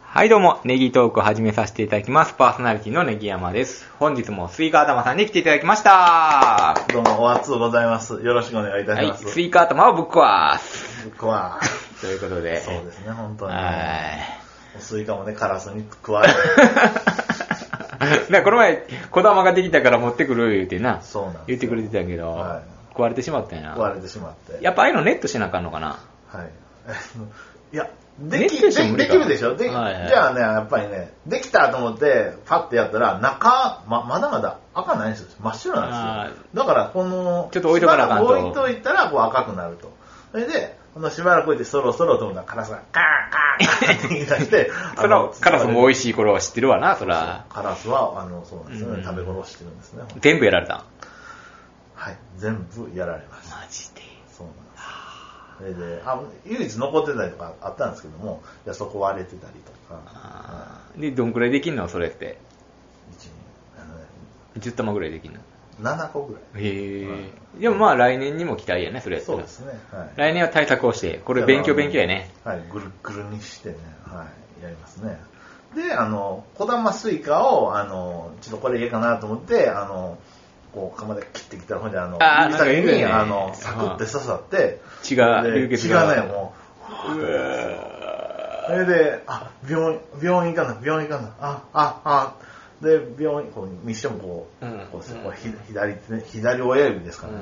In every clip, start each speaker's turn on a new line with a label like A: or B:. A: はいどうも、ネギトークを始めさせていただきます。パーソナリティのネギ山です。本日もスイカ頭さんに来ていただきました。
B: どうも、お熱うございます。よろしくお願いいた
A: は
B: し
A: い
B: ま、す。
A: スイカ頭をぶっ壊す。
B: 僕は、
A: ということで。
B: そうですね、本当に。
A: は
B: スイカもね、カラスに食われる。
A: い。 な、この前、小玉ができたから持ってくる言うてな、
B: そうなんですよ
A: 言ってくれてたけど、
B: は
A: 食われてしまったんや
B: 食わ
A: な。
B: れてしまって。
A: やっぱああいうのネットしなあかんのかな。
B: はい。 いや、できで
A: ネットでしょ無理
B: で
A: か
B: きるでしょでき、
A: はいはい
B: じゃあね、やっぱりね、できたと思って、パッてやったら、中、ままだまだ赤ないんですよ。真っ白なんですよ。だから、この、
A: ちょっと置いとかなあかん
B: し
A: と
B: ばらく置いといたら、こう赤くなると。それで、このしばらく置いて、そろそろと思ったら、カラスがカーカーカーって言い出 して、
A: そ
B: あ
A: の、カラスも美味しい頃を知ってるわな、そら。
B: カラスは、あの、そうなんですよね。
A: うん
B: 食べ殺してるんですね。
A: 全部やられたん
B: はい。全部やられました。
A: マジで。
B: そうなんです。それで、あ、唯一残ってたりとかあったんですけども、いや、そこ割れてたりとか、は
A: あーで、どんくらいできんのそれって。
B: い一二あのね
A: 10玉ぐらいできんの
B: 7個ぐらい。
A: へえ、
B: はい
A: でもまあ来年にも期待やね、それやった
B: そう
A: ら
B: ですね。はい。
A: 来年は対策をして、これ勉強勉強やね。
B: はい、ぐるっぐるにしてね、はい、やりますね。で、あの、小玉スイカを、あの、ちょっとこれいいかなと思って、あの、こう、釜で切ってきたら、ほんで、あの、
A: あー
B: 指先
A: なんか言う
B: に、
A: よね
B: あの、サクって刺さって、
A: 血が
B: で
A: 流
B: 血
A: 血が
B: がね、もう、
A: うわ
B: それで、あ、病院、病院行かな、病院行かな、あ、あ、あ、で、病院、こう、にしてもこう、
A: うん
B: こう
A: うん
B: こうひ左手ね、左親指ですから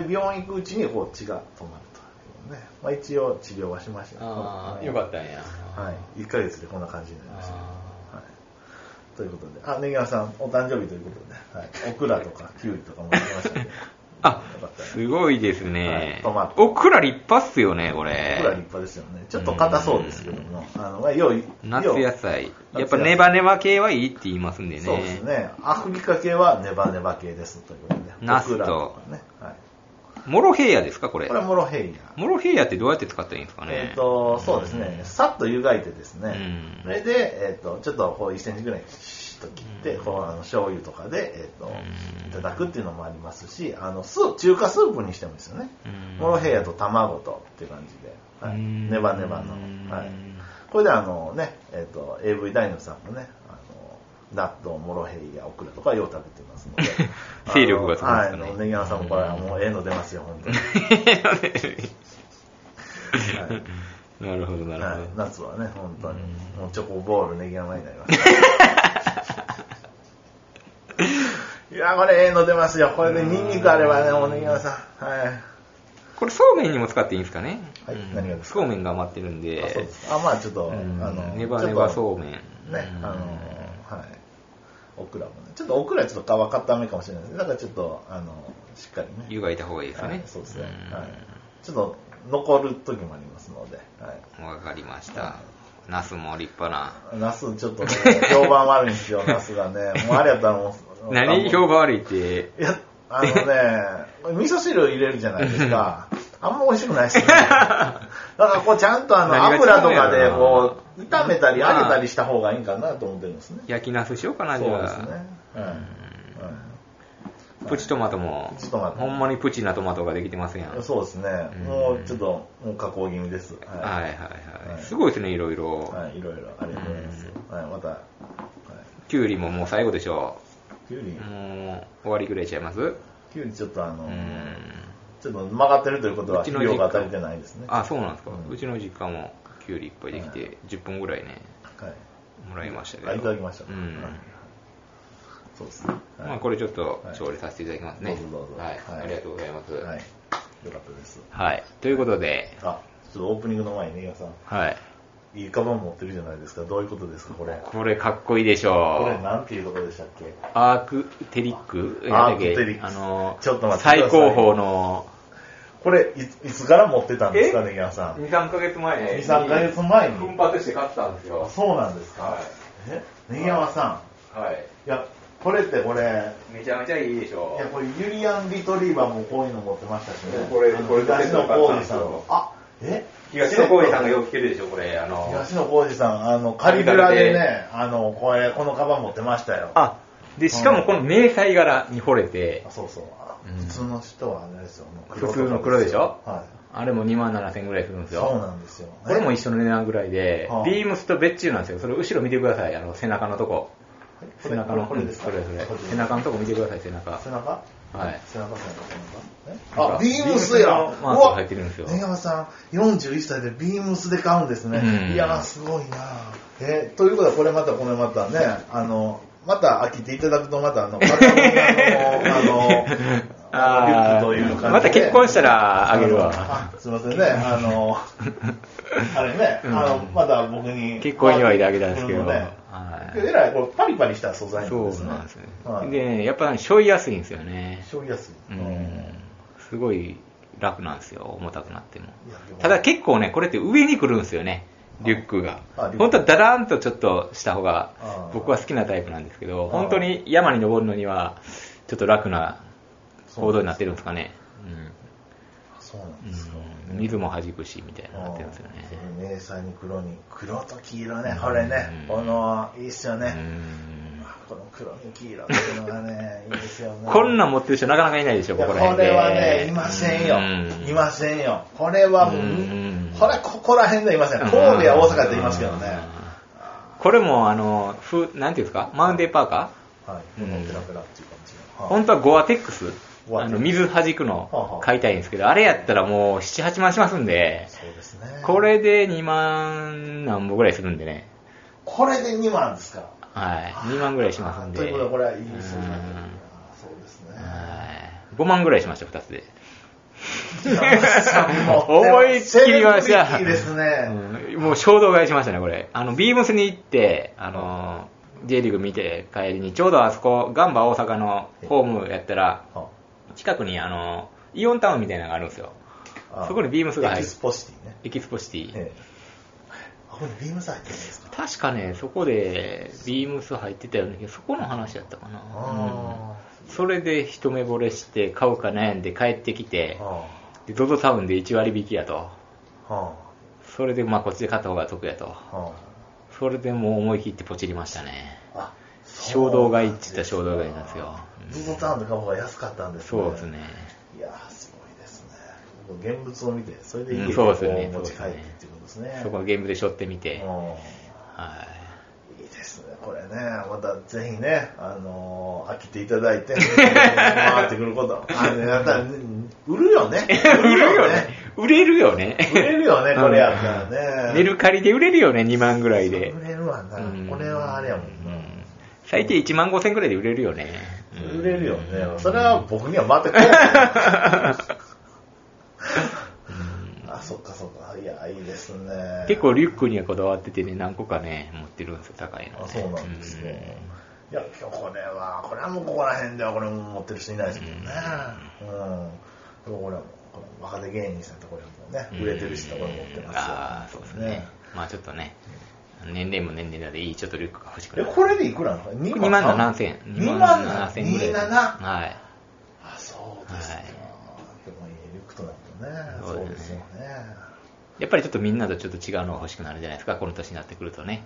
B: ね。で、病院行くうちに、こう、血が止まるというね。まあ、一応、治療はしましたけど
A: あ
B: は
A: あ、
B: い
A: よかったんや。
B: はい。1ヶ月でこんな感じになりました。は
A: あ
B: い。ということで、あ、ネギワさん、お誕生日ということで、はい。 オクラとか、キュウリとかもありましたけど、
A: ーあ
B: よかったね。
A: すごいですね。
B: はいトマト
A: オクラ立派っすよね、これ
B: オクラ立。派ですよね。ちょっと硬そうですけども、あの、まあ、よい、
A: 夏
B: よい
A: 野菜。
B: 要
A: やっぱネバネバ系はいいって言いますんでね。
B: そうですね。アフリカ系はネバネバ系ですということで。
A: ナスと
B: オクラかね。はい。
A: モロヘイヤですか、これ。
B: これはモロヘイヤ。
A: モロヘイヤってどうやって使ったらいいんですかね。
B: えっ、と、そうですね。さっと湯がいてですね。
A: うん
B: それで、えっ、と、ちょっとこう1センチぐらいシュッと切って、こう、あの、醤油とかで、えっ、と、
A: うん
B: いただくっていうのもありますし、あの、スープ、中華スープにしてもいいですよね。
A: うん
B: モロヘイヤと卵とっていう感じで。はい。
A: うん。
B: ネバネバの。はい。これであのね、えっ、と、AV ダイノさんもね、あの、納豆、モロヘイヤ、オクラとかよう食べてますので
A: 勢力がつきます
B: あ
A: ね
B: のはい、あのネギ山さんもこれはもうええの出ますよ、本当に。はい
A: なるほど、なるほ
B: は
A: ど
B: い。、夏はね、本当に。もうチョコボールネギ山にな ります。いや、これええの出ますよ。これでニンニクあればね、もうネギ山さん。はい。
A: これそうめんにも使っていいんですかね、
B: はい
A: うん
B: 何がですか
A: そうめんが余ってるんで
B: あそうですあ、まあちょっと、あ
A: うん
B: の、
A: ネバネバ
B: ちょ
A: そ
B: っ
A: うめんね
B: とね、あの、はい。オクラもね。ちょっとオクラちょっと皮固めかもしれないです。だからちょっと、あの、しっかりね。
A: 湯がいた方がいいです
B: は
A: ね
B: い、そうですね、
A: ん
B: はい、ちょっと残る時もありますので、はい、
A: わかりましたナスも立派な
B: ナスちょっとね評判悪いんですよナスがねもうあれやったらもう
A: 何評
B: 判
A: 判悪いって
B: いやあの ね味噌汁入れるじゃないですかあんま美味しくない ですねだからこうちゃんとあの
A: 何が違
B: 油
A: う
B: と
A: んやろ
B: かでこう
A: な
B: 炒めたり
A: まあ
B: 揚げたりした方がいいんかなと思ってるんですね
A: 焼きナスしようかな
B: そう
A: じ
B: ですね
A: ゃあ、
B: はい、はい
A: プチトマトも
B: プチトマト
A: ほんまにプチなトマトができてますやんはい
B: そうですね、
A: うん
B: もうちょっともう加工気味です、
A: はいはい、
B: はい
A: すごいですねいろいろ、
B: はい、いろいろありがとうございます。はい、また、はい、
A: きゅうりももう最後でしょ
B: キュウリ
A: う、もう終わりぐらいちゃいます
B: キュウリちょっとあの
A: う
B: ー、
A: ん
B: ちょっと曲がってるということは
A: うち
B: 肥
A: の
B: 料が足りてないですね。は
A: あそうなんですか、う
B: うん
A: ちの実家もきゅうりいっぱいでき
B: は
A: て、10本ぐらいねもらいましたけ
B: い。あ
A: ど
B: いただきました。は
A: う
B: い
A: ん、
B: そうですね。はい
A: まあこれちょっと調理させていただきますね、
B: はいどうぞどうぞ
A: はい
B: はい
A: ありがとうございますは、
B: はいい。よかったです。
A: ということで
B: あ、ちょっとオープニングの前に、ね、皆さん、
A: はい
B: いいカバン持ってるじゃないですか。どういうことですか、これ。
A: これかっこいいでし
B: これ
A: ょう
B: なんていうことでしたっけ
A: アークテリック
B: ア
A: やったっ
B: ーク
A: け
B: テリック
A: あの
B: ちょっと待ってく
A: 最
B: ださい
A: 高峰の
B: これいつ、いつから持ってたんですかね、皆さん。
A: 23ヶ月前
B: 2、3ヶ月前に。
A: 発して買ったんです
B: あそうなんですか。
A: はい
B: え、ネギ山さん。
A: はい
B: いや、これってこれ、いや、
A: めちゃめちゃいいでしょ
B: これユリアンリトリーバーもこういうの持ってましたしね。
A: これ
B: あの
A: これ
B: 東野幸治さん
A: これ
B: と。あ、え
A: がよく着てるでしょこれあの
B: 東野幸治さん、あの、カリブラでね、あの、これ、このカバン持ってましたよ。
A: あでしかもこの迷彩柄に惚れて
B: あそうそう。あ
A: う
B: 普
A: ん
B: 通の人はあれですよ、もう
A: 普通の黒でしょ
B: は
A: あれも2万7000円ぐらいするんですよ。
B: そうなんですよ。
A: これも一緒の値段ぐらいで
B: はあ、
A: ビームスと別注なんですよ。それ後ろ見てください、あの背中のとこ。
B: こ
A: 背
B: れ
A: 中の、
B: これですか
A: それそれ
B: これ。です
A: 背中のとこ見てください、背中。
B: 背中
A: はい
B: 背中背中背
A: なん
B: 中あ、
A: か
B: ビームスや
A: ビームスのマークが入ってるんですよ
B: うわ根山さん、41歳でビームスで買うんですね。
A: うん
B: いやー、すごいなえーということはこれまたこれまたね、あの、また飽きていただくとま たあの、またあの、あの、あの
A: あー
B: リュックという感じで。
A: また結婚したらあげるわ
B: あすいませんね、あ の、あれね、あの、
A: うん
B: また僕に。
A: 結婚祝いであげたんですけど
B: これもね
A: はい
B: えらい、これパリパリした素材な
A: そ
B: んですね。
A: うなんですね。
B: はい
A: でね、やっぱり背負いやすいんですよね。
B: 処理やすい。
A: う
B: うん
A: ん。すごい楽なんですよ、重たくなっても
B: いやでも。
A: ただ結構ね、これって上に来るんですよね、リュックが
B: あリュッ。ク
A: 本当はダラーンとちょっとした方
B: あ
A: が
B: ー
A: 僕は好きなタイプなんですけ
B: あ
A: ど、
B: ー
A: 本当に山に登るのにはちょっと楽な行動になってるんですかね。うん
B: そうなんですよ。
A: うん水も弾くしみたいな
B: あ
A: なってるんですよね。
B: ー迷彩に黒に、黒と黄色ね、これね、
A: うん
B: この、いいっすよ
A: う
B: ね。
A: ん
B: この黒に黄色っていうのがね、いいですよね。
A: こんなん
B: ん
A: 持ってる人なかなかいないでしょ、
B: こ
A: ここら辺で。
B: れはね、いませんよ。
A: うん
B: いませんよ。これはもう、
A: うん
B: これここら辺でいません。神戸や大阪やっていますけどね。
A: うんこれもあのふなんていうんですかマウンテンパーカ
B: はい、こ
A: うん
B: のペラペラっていう感じ
A: ー、
B: の。はい
A: 本当はゴアテックス
B: ゴア
A: あ
B: テックス
A: の水弾く
B: はあは
A: の
B: あ
A: 買いたいんですけど、あれやったらもう78万しますんで
B: そうですね。
A: これで2万何本ぐらいするんでね
B: これで2万ですか。
A: はい2万ぐらいしますんで
B: ということはこれはいい
A: うん
B: ですよね。そうですね。
A: はい5万ぐらいしました2つで
B: 思
A: 思いっきりました。
B: ですね。
A: うんもう衝動買いしましたね、これ。あの、ビームスに行って、あの、J リーグ見て帰りに、ちょうどあそこ、ガンバ大阪のホームやったら、近くにあの、イオンタウンみたいなのがあるんですよ。
B: あ
A: そこにビームスが入
B: エ
A: る
B: キスポシティね。
A: エキスポシティ。
B: ええここにビームス入ってるんですか
A: 確かね、そこでビームス入ってたよね。そこの話やったかな。
B: あ
A: うんそれで一目惚れして、買おうか悩んで帰ってきて
B: ー、あ
A: で ZOZO タウンで1割引きやと。
B: ー。あ
A: それで、まあこっちで買った方が得やと。
B: ーあ
A: それでもう思い切ってポチりましたね。
B: ー。あ
A: 衝動買いって言ったら衝動買いなんですよ
B: ズゾタウンの方が安かったんですね。
A: そうですね。
B: いやー、すごいですね。僕現物を見て、それで家
A: うん
B: に
A: そ
B: こ
A: う
B: う
A: ですね
B: 持ち帰ってっていうことですね。
A: そこのゲームで背負ってみて。
B: うん
A: はい
B: いですね、これね、またぜひね、あのー飽きていただい て、回ってくること、あのやったらね売るよね、
A: い。 売るよね。。売れるよね。
B: 売れるよねこれやったらね
A: うんメルカリで売れるよね、2万ぐらいで。
B: 売れるわな、
A: うん
B: これはあれやもん
A: う
B: な、
A: ん最低1万5千ぐらいで売れるよね。うん
B: 売れるよね、それは僕には全く来ない。あ、そっかそっか、いや、いいですね。
A: 結構リュックにはこだわっててね、何個かね、持ってるんですよ、高いの、ね。
B: あそうなんですね。いや、今日これは、これはもうここら辺ではこれも持ってる人いないですもんね。うん。でもこれはもう、この若手芸人さんとこれもね
A: う、ん
B: 売れてる人はこれ持ってますよ。
A: ああ、そうですね。まあちょっとね、年齢も年齢だでいいちょっとリュックが欲しくな
B: え、
A: る。
B: これでいくらなの ?2
A: 2万7千。
B: 2万7
A: 27,000ぐらい。
B: 27。
A: はい。
B: あ、そうですか。
A: はい
B: でも、エリクトだとね、
A: そ
B: そうう
A: で
B: ですす
A: ね
B: よね。
A: やっぱりちょっとみんなとちょっと違うのが欲しくなるじゃないですか、この年になってくると ね。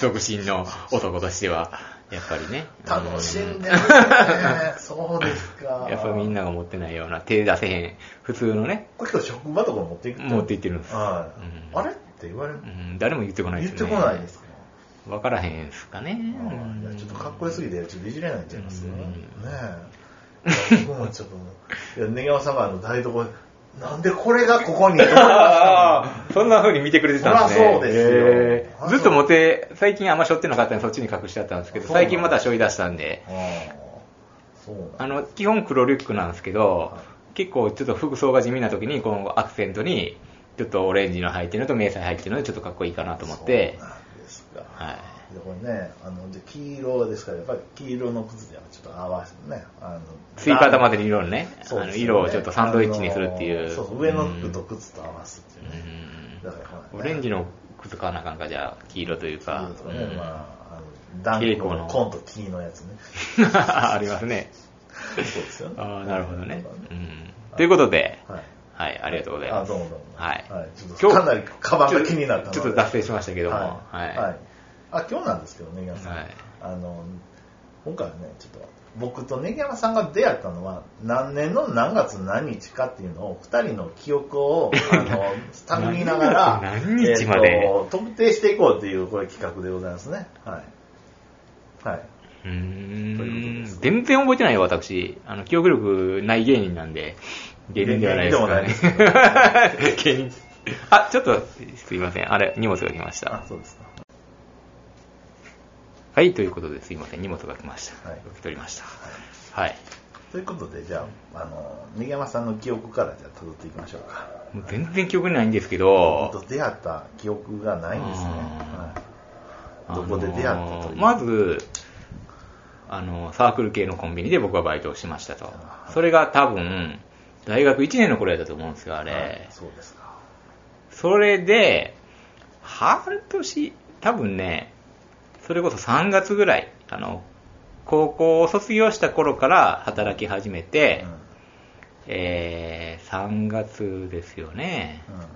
A: 独身の男としては、やっぱりね。
B: 楽しんでるね。そうですか。
A: やっぱりみん
B: な。
A: なが持ってないような、手出せへん、普通のね、
B: これ今日職場とか持っていく
A: 持っていって
B: る。
A: るんです。
B: はい。
A: うん
B: あれって言われる
A: う。ん、誰も言ってこない
B: 言
A: で
B: っ
A: すね。
B: てこないです。か
A: わからへんすかね。
B: うんいやちょっとかっこよすぎて、ちょっといじれないんちゃいますよ。
A: うん
B: ねえ。いや僕もちょっともう、いや、根川様の台所、なんでこれがここに
A: ああ、そんな風に見てくれてたんですね。
B: そらそうですよ
A: へー
B: あ
A: ずっと持って、最近あんましょってなかったんでそっちに隠してあったんですけど、
B: そうなんだ
A: 最近またしょい出したんで
B: あ、あそうなんだ
A: あの、基本黒リュックなんですけど
B: は、
A: 結構ちょっと服装が地味な時に、このアクセントに、ちょっとオレンジの入ってるのと迷彩入ってるので、ちょっとかっこいいかなと思って
B: そ、うなんですか。
A: はい。
B: で、これね、あの、で黄色ですから、やっぱり黄色の靴ではちょっと合わせてね。あの
A: スイカ玉での色のね、
B: そう
A: あ
B: で
A: の
B: すよね
A: 色をちょっとサンドイッチにするってい
B: あ
A: う。
B: のそうそう、上の
A: う
B: 服
A: ん
B: と靴と合わすっていうね。だからほらね
A: うんオレンジの靴買わなあかんか、じゃあ、黄色というか。
B: 黄色とね、
A: うん
B: まあ、あの、ダンクのコント黄のやつ ね。
A: ありますね。
B: そうですよね。
A: ああ、なるほどね。うんということで、
B: はい。
A: はい、ありがとうござい
B: あ、
A: ます。
B: どうもどうも。
A: はい
B: ちょっと
A: 今日
B: かなりカバンが気になったので。
A: ちょっと脱線しましたけども、
B: はい。
A: は
B: はいあ、今日なんですけどね、皆さん。
A: はい
B: あの、今回はね、ちょっと、僕と根山さんが出会ったのは何年の何月何日かっていうのを2人の記憶をあ の探りながら
A: 何月何日まで
B: えーと特定していこうっていうこれ企画でございますねはい、はい、
A: うー
B: ということで
A: ん
B: す
A: 全然覚えてないよ、私。あの、記憶力ない芸人なんで、芸人ではないです
B: 芸人でも
A: からね。 芸人。あ、ちょっと、すいません。あれ、荷物が来ました
B: あ。そうですか
A: はい、ということですいません。荷物が来ました。
B: はい
A: 受け取りました。はい。
B: ということでじゃああの根山さんの記憶からじゃあ辿っていきましょうか
A: もう全然記憶にないんですけ
B: 僕
A: ど
B: と、出会った記憶がないんですね、
A: う
B: は
A: ん
B: い、
A: あ
B: ど
A: の
B: こで出会ったという
A: まず、あの、サークル系のコンビニで僕はバイトをしましたと
B: は。い
A: それが多分、大学1年の頃やったと思うんですよ、あれ。
B: はいそうですか
A: それで、半年、多分ね、それこそ3月ぐらい、あの、高校を卒業した頃から働き始めて、えー、3月ですよね。
B: うんうん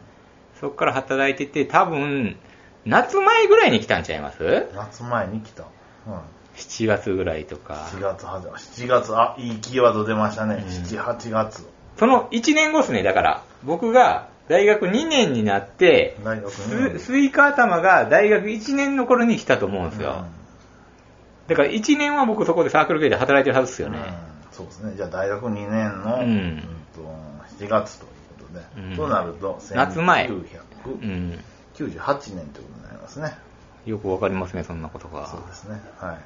A: そこから働いてて、多分、夏前ぐらいに来たんちゃいます
B: 夏前に来た、うん、
A: ?7 月ぐらいとか。
B: 7月は7月あいいキーワード出ましたね、
A: うん
B: 78月
A: その1年後ですね、だから、僕が大学2年になって、
B: 大学
A: す
B: ね
A: スイカ頭が大学1年の頃に来たと思うんですよ。だから1年は僕そこでサークル系で働いてるはずです
B: う
A: よ
B: ん
A: ね。
B: うんそうですねじゃあ大学2年の、
A: うん
B: と7月ということで、
A: うん
B: となると
A: 夏前うん。
B: 1998年ということになりますね、
A: よくわかりますね、そんなことが。
B: そうですねはいというこ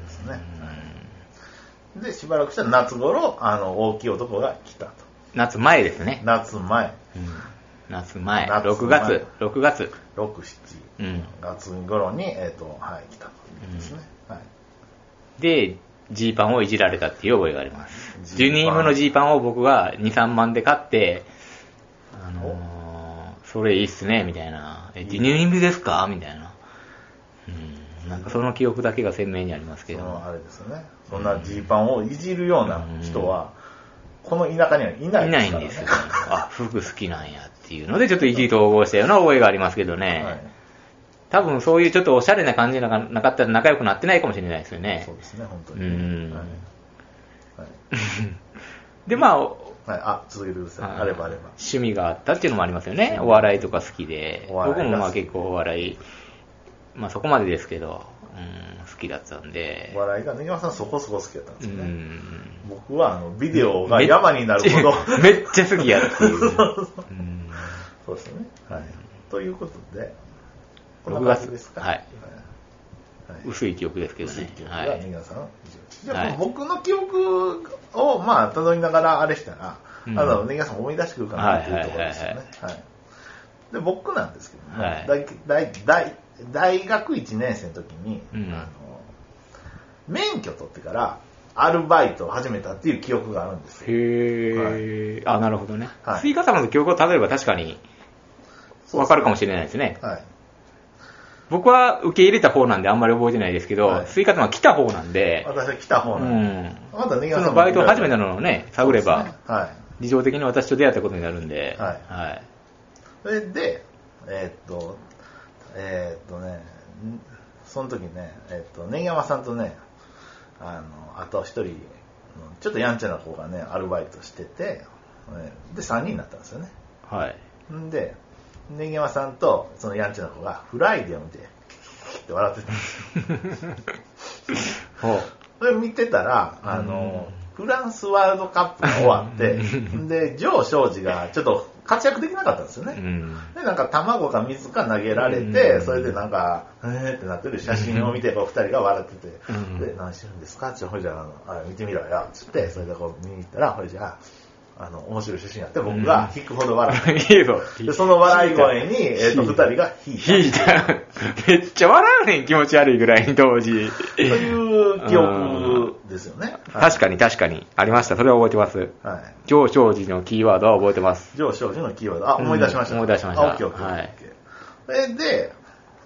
B: とですね、
A: うん
B: はいでしばらくしたら夏頃あの大きい男が来たと
A: 夏前ですね。
B: 夏前
A: うん夏前。
B: 夏前
A: 6月。6月。
B: 67
A: うん。
B: 月頃に、えーとはい、来たということですね、はい
A: で、ジーパンをいじられたっていう覚えがあります。
B: ジ
A: ジ
B: ーパン
A: ュニームのジーパンを僕が2、3万で買って、あのーそれいいっすね、みたいな。え、ジュニームですかみたいな。うん。なんかその記憶だけが鮮明にありますけ
B: そ
A: ど。
B: のあれですよねそんなジーパンをいじるような人は、この田舎にはいないです
A: いない
B: から、
A: ん
B: ね、
A: ですよ、ね。あ、服好きなんやっていうので、ちょっと一時統合したような覚えがありますけどね。多分そういうちょっとおしゃれな感じななかったら仲良くなってないかもしれないですよ
B: はい、
A: ね
B: そう。ですね本当に、
A: うん
B: はいはい
A: で、まあ、お
B: はい、あ続けてくださいあればあれば
A: 趣味があったっていうのもありますよね。お笑いとか好きで。
B: お笑いが好
A: 僕
B: き
A: もまあ結構お笑い、まあそこまでですけど、うん、好きだったんで
B: お。笑いが根際さんそこそこ好きだったんで
A: う
B: すよね、
A: ん。
B: 僕はあのビデオが山になるほど
A: めっちゃ好きやっていう。うん
B: そうですねはいということでこんな
A: 6月
B: 感じですか
A: はい
B: はいはい
A: 薄い記憶ですけど
B: 薄い
A: ね
B: 記。憶
A: は
B: が
A: い。
B: 皆さん、以上
A: はい
B: じゃあ僕の記憶をまあ辿りながらあれしたら、
A: うん
B: あの皆さん思い出してくるかなっていうところですよね
A: はいはい
B: はいで僕なんですけども、
A: はい
B: 大大大大学1年生の時に、
A: うん
B: あの免許取ってからアルバイトを始めたっていう記憶があるんですよ
A: へー、あ、なるほどね。
B: はい
A: スイカ様の記憶を例えば確かに分かるかもしれないですね。
B: はい
A: 僕は受け入れた方なんであんまり覚えてないですけど、
B: はい
A: スイカ様は来た方なんで、
B: 私は来た方
A: う
B: なんで、
A: ん。
B: まだね
A: そのバイトを始めたのをね、探れば、
B: はい
A: 自動的に私と出会ったことになるんで、
B: はい
A: はい。
B: それで、えーっと、えーっとね、んその時ね、えーっと、根山さんとね、あの、あと一人の、ちょっとやんちゃな子がね、アルバイトしてて、えーで、3人になったんですよね。
A: はい。
B: んで、根山さんと、そのやんちゃな子が、フライデーを見て、って笑ってたんですよ。
A: ほう。
B: それ見てたら、あの、フランスワールドカップが終わって、で、ジョー・ショージがちょっと活躍できなかったんですよね。
A: うん。
B: で、なんか卵か水か投げられて、
A: うん
B: それでなんか、えーってなってる写真を見て、こう二人が笑ってて、
A: うん
B: で、何してるんですかって、ほいじゃあ、あれ見てみろよ、つって、それでこう見に行ったら、ほいじゃあ、あの、面白い写真やって、僕が引くほど笑
A: いいぞ。
B: う。で、その笑い声に、えっ、と、
A: 引
B: 二
A: いた
B: 人が引いた。
A: 引いた。めっちゃ笑うねん、気持ち悪いぐらいに当時。
B: という記憶ですよね。はい。
A: 確かに確かに。ありました。それは覚えてます。
B: はい
A: 上昇時のキーワードは覚えてます。
B: 上昇時のキーワード。あ、思い出しました。
A: うん思い出しました
B: あ、オッケーオッケーオッケー。それで、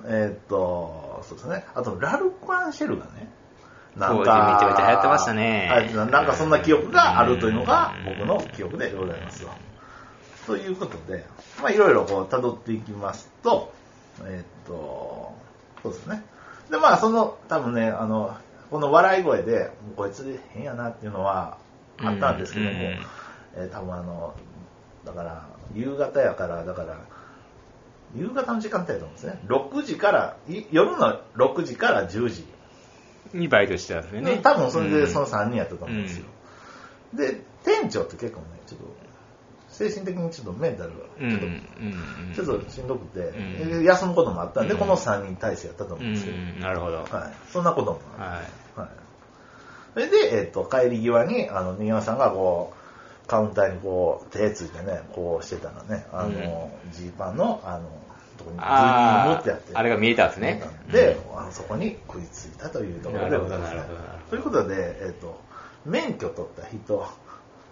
B: えーっと、そうですね。あと、ラルク・アンシェルがね、
A: 当時めちゃめちゃ流行ってましたね
B: はいななんかそんな記憶があるというのが僕の記憶でございますわということで、まあいろいろこう辿っていきますと、えーっと、そうですね。で、まあその、多分ね、あの、この笑い声で、もうこいつ変やなっていうのはあったんですけども、
A: うんうんうん
B: えー多分あの、だから、夕方やから、だから、夕方の時間帯だと思うんですね。6時から、い夜の6時から10時。
A: にバイトしてたんですよね。
B: 多分それ
A: う
B: で
A: ん
B: その3人やったと思うんですよ。で、店長って結構ね、ちょっと、精神的にちょっとメンタルが、
A: うんうんうん
B: ちょっとしんどくて、
A: うん
B: で休むこともあったんで、
A: うん
B: この3人体制やったと思
A: う
B: うんですよ。
A: ん、なるほど。は
B: はい。そんなこともある
A: い。
B: はい。それで、えっ、と、帰り際に、あの、新山さんがこう、カウンターにこう、手ついてね、こうしてたらね、あの、ジーパンの、あの、とこに、
A: あ
B: 持
A: ー
B: ってやって。
A: あれが見えたんですね
B: で、あのそこに食いついたというところでございま
A: な
B: す
A: るほどなるほど。
B: ということで、えっ、と、免許取った人、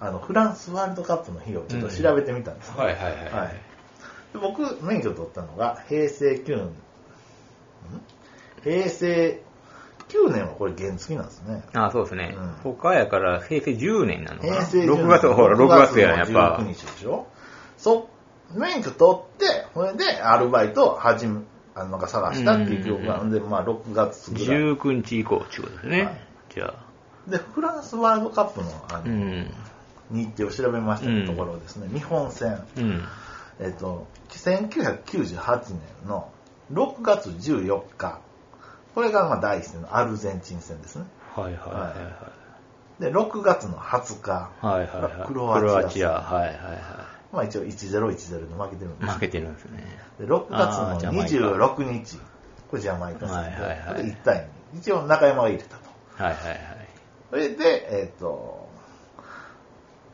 B: あの、フランスワールドカップの日をちょっと調べてみたんですね、
A: はいはいはい
B: はい、で僕、免許取ったのが平成9年。ん平成9年はこれ原付なんですね。
A: ああ、そうですね
B: うん。
A: 他やから平成10年なのかな。
B: 平成10
A: 6月、ほら、6月やん、やっ
B: 6
A: ぱ
B: 月の。19日でしょ。そう、免許取って、それでアルバイトを始め、あのなんか探したっていう記憶があるんで、まあ6月ぐらい。
A: 19日以降っていうことです
B: はい
A: ね。じゃあ。
B: で、フランスワールドカップのあの、
A: うん。
B: 日程を調べまし
A: うん
B: たところですね、日本戦。
A: うん。
B: えっ、と、1998年の6月14日、これがまあ第一戦のアルゼンチン戦ですね。
A: はいはい
B: で、6月の20日、
A: はいはい。はいはいはい。
B: クロアチア
A: はいはいは
B: まあ一応1-0、1-0で負けてるんで
A: い。
B: す
A: 負けてるんですね。
B: で6
A: あー
B: 月
A: ジャ
B: の
A: マイカ
B: 26日、これジャマイカ戦で、
A: はいはいはい
B: これ1対2。一応中山が入れたと。
A: はいはいはい。
B: それで、えっ、と、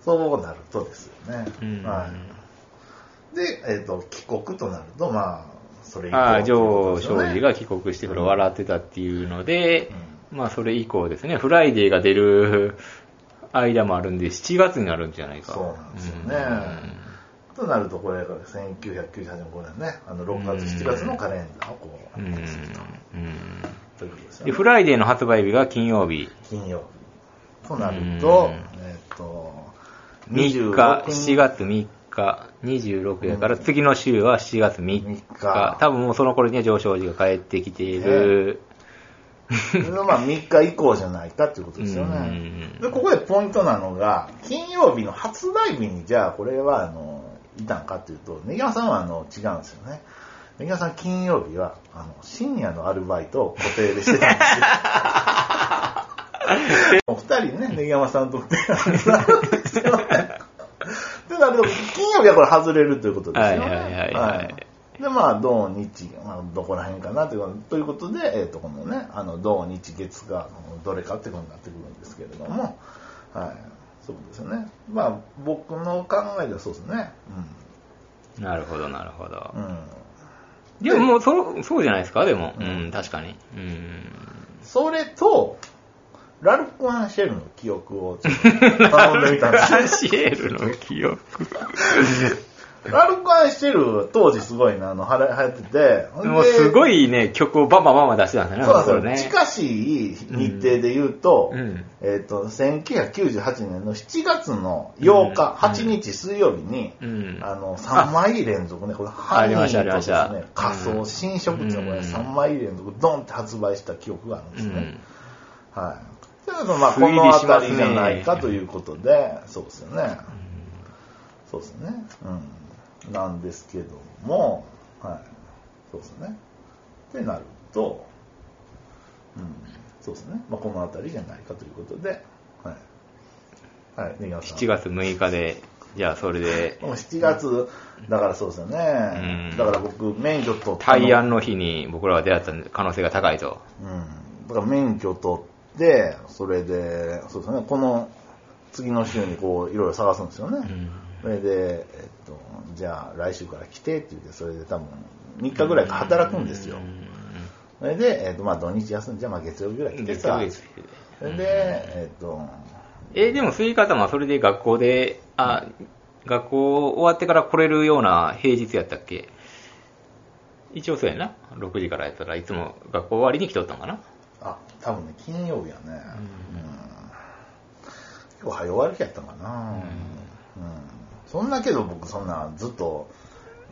B: そうなるとですよね。
A: うん
B: はい、で、えっ、と、帰国となると、まあ、それ以降
A: ああ、ジョ
B: と
A: ー・
B: い
A: シ
B: うことですよ
A: ョ
B: ね
A: ージが帰国して、それ笑ってたっていうので、まあ、それ以降ですね、フライデーが出る間もあるんで、7月になるんじゃないか。
B: そうなんですよねとなるとこれが1995年ねあの6月7月のカレンダーをこう、
A: うん。うん。
B: ということですよ
A: うんで、
B: ね
A: フライデーの発売日が金曜日、
B: 金曜日となると、
A: う
B: えっ、と
A: 3日、7月3日、26やから、次の週は7月3
B: 三日
A: 日。多分もうその頃には上昇寺が帰ってきている。
B: それがまあ3日以降じゃないかっていうことですよ
A: う
B: ね
A: ん
B: でここでポイントなのが金曜日の発売日にじゃあこれはあのいたんかっていうと根際さんはあの違うんですよね根際さん金曜日はあの深夜のアルバイトを固定でしてたんですよお二人ね、根山さんとって。で、なると、金曜日はこれ外れるということですよね。
A: はいはいはいはい
B: で、まあ、土日、まあ、どこら辺かなということということで、えっ、と、このね、あの、土日月がどれかってことになってくるんですけれども、はい。そうですよね。まあ、僕の考えではそうですね。
A: なるほど、なるほど
B: う。ん。うん。
A: でももうそ、そうじゃないですか、でも。うん、確かに。うん。
B: それと、ラルク・アンシェルの記憶をちょっと頼んでみたんですよ
A: ランシエ ルの記憶。
B: ラルク・アンシェル、当時すごいな、あの、はら流行ってて、ほんで
A: もうすごいね、曲をバンバンバンバン出してたんですね、
B: そう
A: こ
B: そう、
A: れね。
B: 近しい日程で言うと、
A: うん
B: えっ、と、1998年の7月の8日、
A: うん
B: 8日水曜日に、
A: うん
B: あの、3枚連続ね、これ、
A: ありました
B: 犯人とですね
A: ありました
B: 仮想新色っていうのはこれ、
A: うん
B: 3枚連続ドンって発売した記憶があるんで
A: う
B: すね。
A: ん。
B: はい。というのはまあ、こ
A: 推
B: の
A: 理しま
B: 辺
A: すね
B: りじゃないかということで、そうですよね。そうですね。うん。なんですけども、はい。そうですね。ってなると、うん。そうですね。まあ、この辺りじゃないかということで、はい。はい、根岸さん
A: 7月6日で、じゃあそれで、
B: もう7月、だからそうですよね。
A: うん
B: だから僕、免許取ったの
A: 大安の日に僕らは出会った可能性が高いと。
B: うん、だから免許取って、それで、そうですね、この次の週にこう、いろいろ探すんですよね。
A: うん
B: それで、えっと、じゃあ来週から来てって言って、それで多分3日ぐらい働くんですよ。それで、えっと、まあ土日休んじゃ、まあ月曜日ぐらい来て
A: 月
B: さ
A: 曜日、です
B: それで、えっと、
A: え、でもスイカ様はそれで学校で、あ、学校終わってから来れるような平日やったっけ一応そうやな。6時からやったらいつも学校終わりに来とったんかな。
B: あ、多分ね、金曜日やね。うん。結構早悪きやったかな。うん。そんなけど僕そんなずっと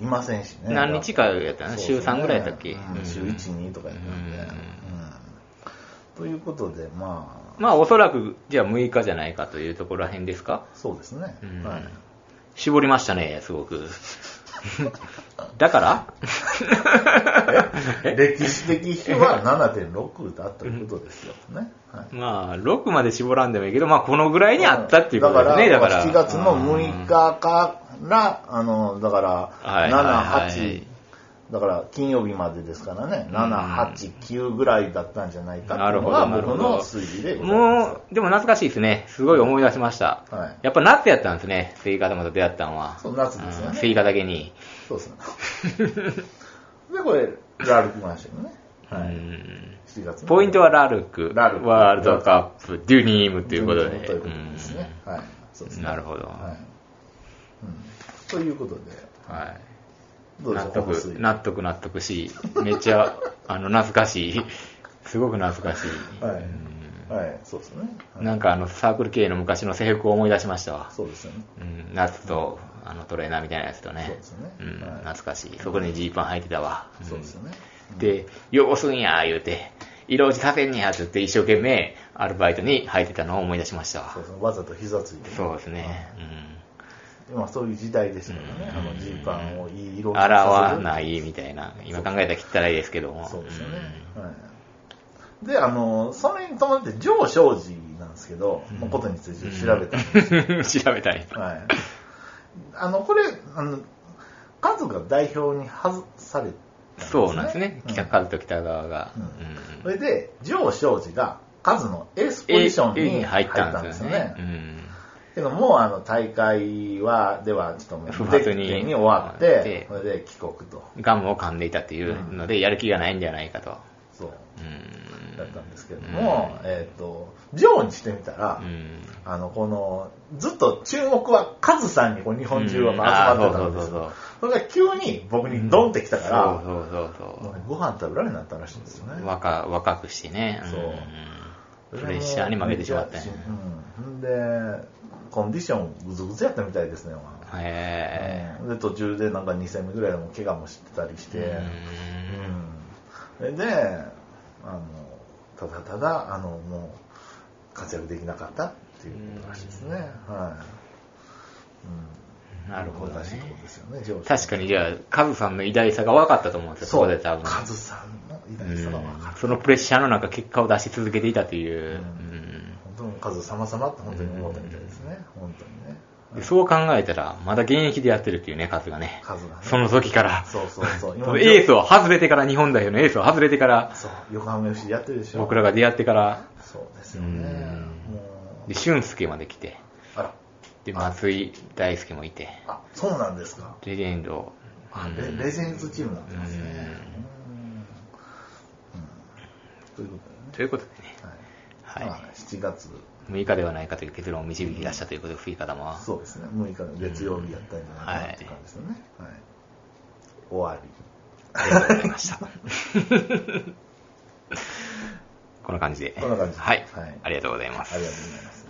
B: いませんしね。
A: 何日かやった
B: そう
A: な。
B: そう
A: 週3ぐらいやったっけ、
B: うん週1、2とかやったんで。
A: う
B: う
A: ん
B: んということで、まあ、
A: まあ、おそらく、じゃあ6日じゃないかというところらへんですか。
B: そうですね。
A: うん
B: はい。
A: 絞りましたね、すごく。 だから
B: 歴史的比は7.6だということですよね。はい
A: まあ、6まで絞らんでもいいけど、まあ、このぐらいにあったっていうことですね、だから。
B: 7月の
A: うん
B: 6日から、あの、だから、
A: はいはいは
B: 7、
A: い
B: 8、だから金曜日までですからね、
A: うん
B: 7、8、9ぐらいだったんじゃないかっていうの
A: な
B: が
A: るほ
B: 僕
A: どなるほ
B: の
A: ど
B: 推理でございます。
A: もう、でも懐かしいですね。すごい思い出しました。
B: はい
A: やっぱ夏やったんですね、スイカ玉と出会ったのは。
B: そう夏ですよね
A: うんスイカだけに。
B: そうですね。 で、これ、ラルクマンションね。は
A: う
B: い。
A: ん
B: 7月の
A: ポイントはラルク、
B: ラルク
A: ワールドカップ、デュニームということで。
B: ということですね。はい。そうです
A: うん
B: ね。
A: なるほど。
B: は。
A: はい
B: うんということで、
A: い。
B: どうでしょ
A: 納
B: う、この推
A: 得、
B: 理
A: 納得、納得し、めっ ちゃ、あの、懐かしい。すごく懐かしい。
B: は
A: うん
B: い。はい、そうですね。はい
A: なんかあの、サークル系の昔の制服を思い出しましたわ。
B: そうですよね。
A: うん、夏と、あの、トレーナーみたいなやつとね。
B: そうですね
A: うん
B: はい
A: 懐かしい。そこにジーパン履いてたわ。ん
B: そうですよね。
A: で、汚すんや、言うて、色落ちさせんねや、つって一生懸命アルバイトに入ってたのを思い出しましたわ
B: そう。ですね。わざと膝ついてね。
A: そうですね。
B: 今そういう時代ですからね。あの、ジーパンをいい
A: うん。
B: 色にさせる
A: 洗わないみたいな。今考えたら切ったらいいですけども。
B: そうですよね。はい。で、あの、それに伴って、上正治なんですけど、のことについて調べたんです
A: うん。 調べたい。
B: はい。あの、これ、あの、カズが代表に外されたんですね。
A: そうなんですね。
B: うん
A: 北カズと北側が。
B: うん
A: うん
B: それで、ジョー・ショージがカズのエースポジション
A: A- A
B: に入ったんですよね。
A: うん
B: けどもうあの大会は、ではちょっともう
A: 不
B: で
A: 発に
B: に終わって
A: で、
B: それで帰国と。
A: ガムを噛んでいたというので、やる気がないんじゃないかと。
B: そう。
A: うん
B: だったんですけども、えっ、と、ジョーにしてみたら、
A: うん
B: あの、この、ずっと注目はカズさんにこう日本中は集まってたんです
A: うんあー
B: よ。それが急に僕にドンってきたから、
A: そうそうそうそう
B: もう。ねご飯食べられなかったらしいんですよね。
A: 若若くしてね、
B: そうん
A: プレッシャーに負けてしまったよね
B: うん。で、コンディションぐずぐずやったみたいですね。
A: へ
B: うんで、途中でなんか2戦目ぐらいでも怪我もしてたりして、
A: え
B: うんでであのただただあのもう活躍できなかったっていうことらしいですね、はい、うん、
A: なるほどね
B: 難しいところですよね上司
A: 確かにじゃあカズさんの偉大さが分かったと思うんですよ
B: そ
A: こで
B: う
A: 多分
B: カズさんの偉大さが分か
A: うん
B: る、
A: そのプレッシャーの中結果を出し続けていたという、
B: 本当にカズ様様って本当に思ったみたいですね、本当にね
A: うんでそう考えたらまだ現役でやってるっていうねカズがね
B: カズがね
A: その時から
B: そうそうそう
A: そのエースを外れてから日本代表のエースを外れてから
B: そう横浜 FC やってるでしょ
A: 僕らが出会ってから
B: そうですよね
A: うん
B: もう
A: で俊介まで来て
B: あら
A: で松井大輔もいて
B: あそうなんですか
A: レジェンド
B: あレレジェンズチームになってますね。うんうんということ
A: ということでね
B: でね、
A: はい、
B: まあ7月、
A: 6日ではないかという結論を導き出したということで、冬方 もは。
B: そうですね、6日の月曜日やったんじゃないかなっていう感じですよね。はい終わり。
A: ありがとうございました。こんな感じで。
B: こんな感じで
A: はい。
B: はい
A: ありがとうございます
B: あり。がとうございます。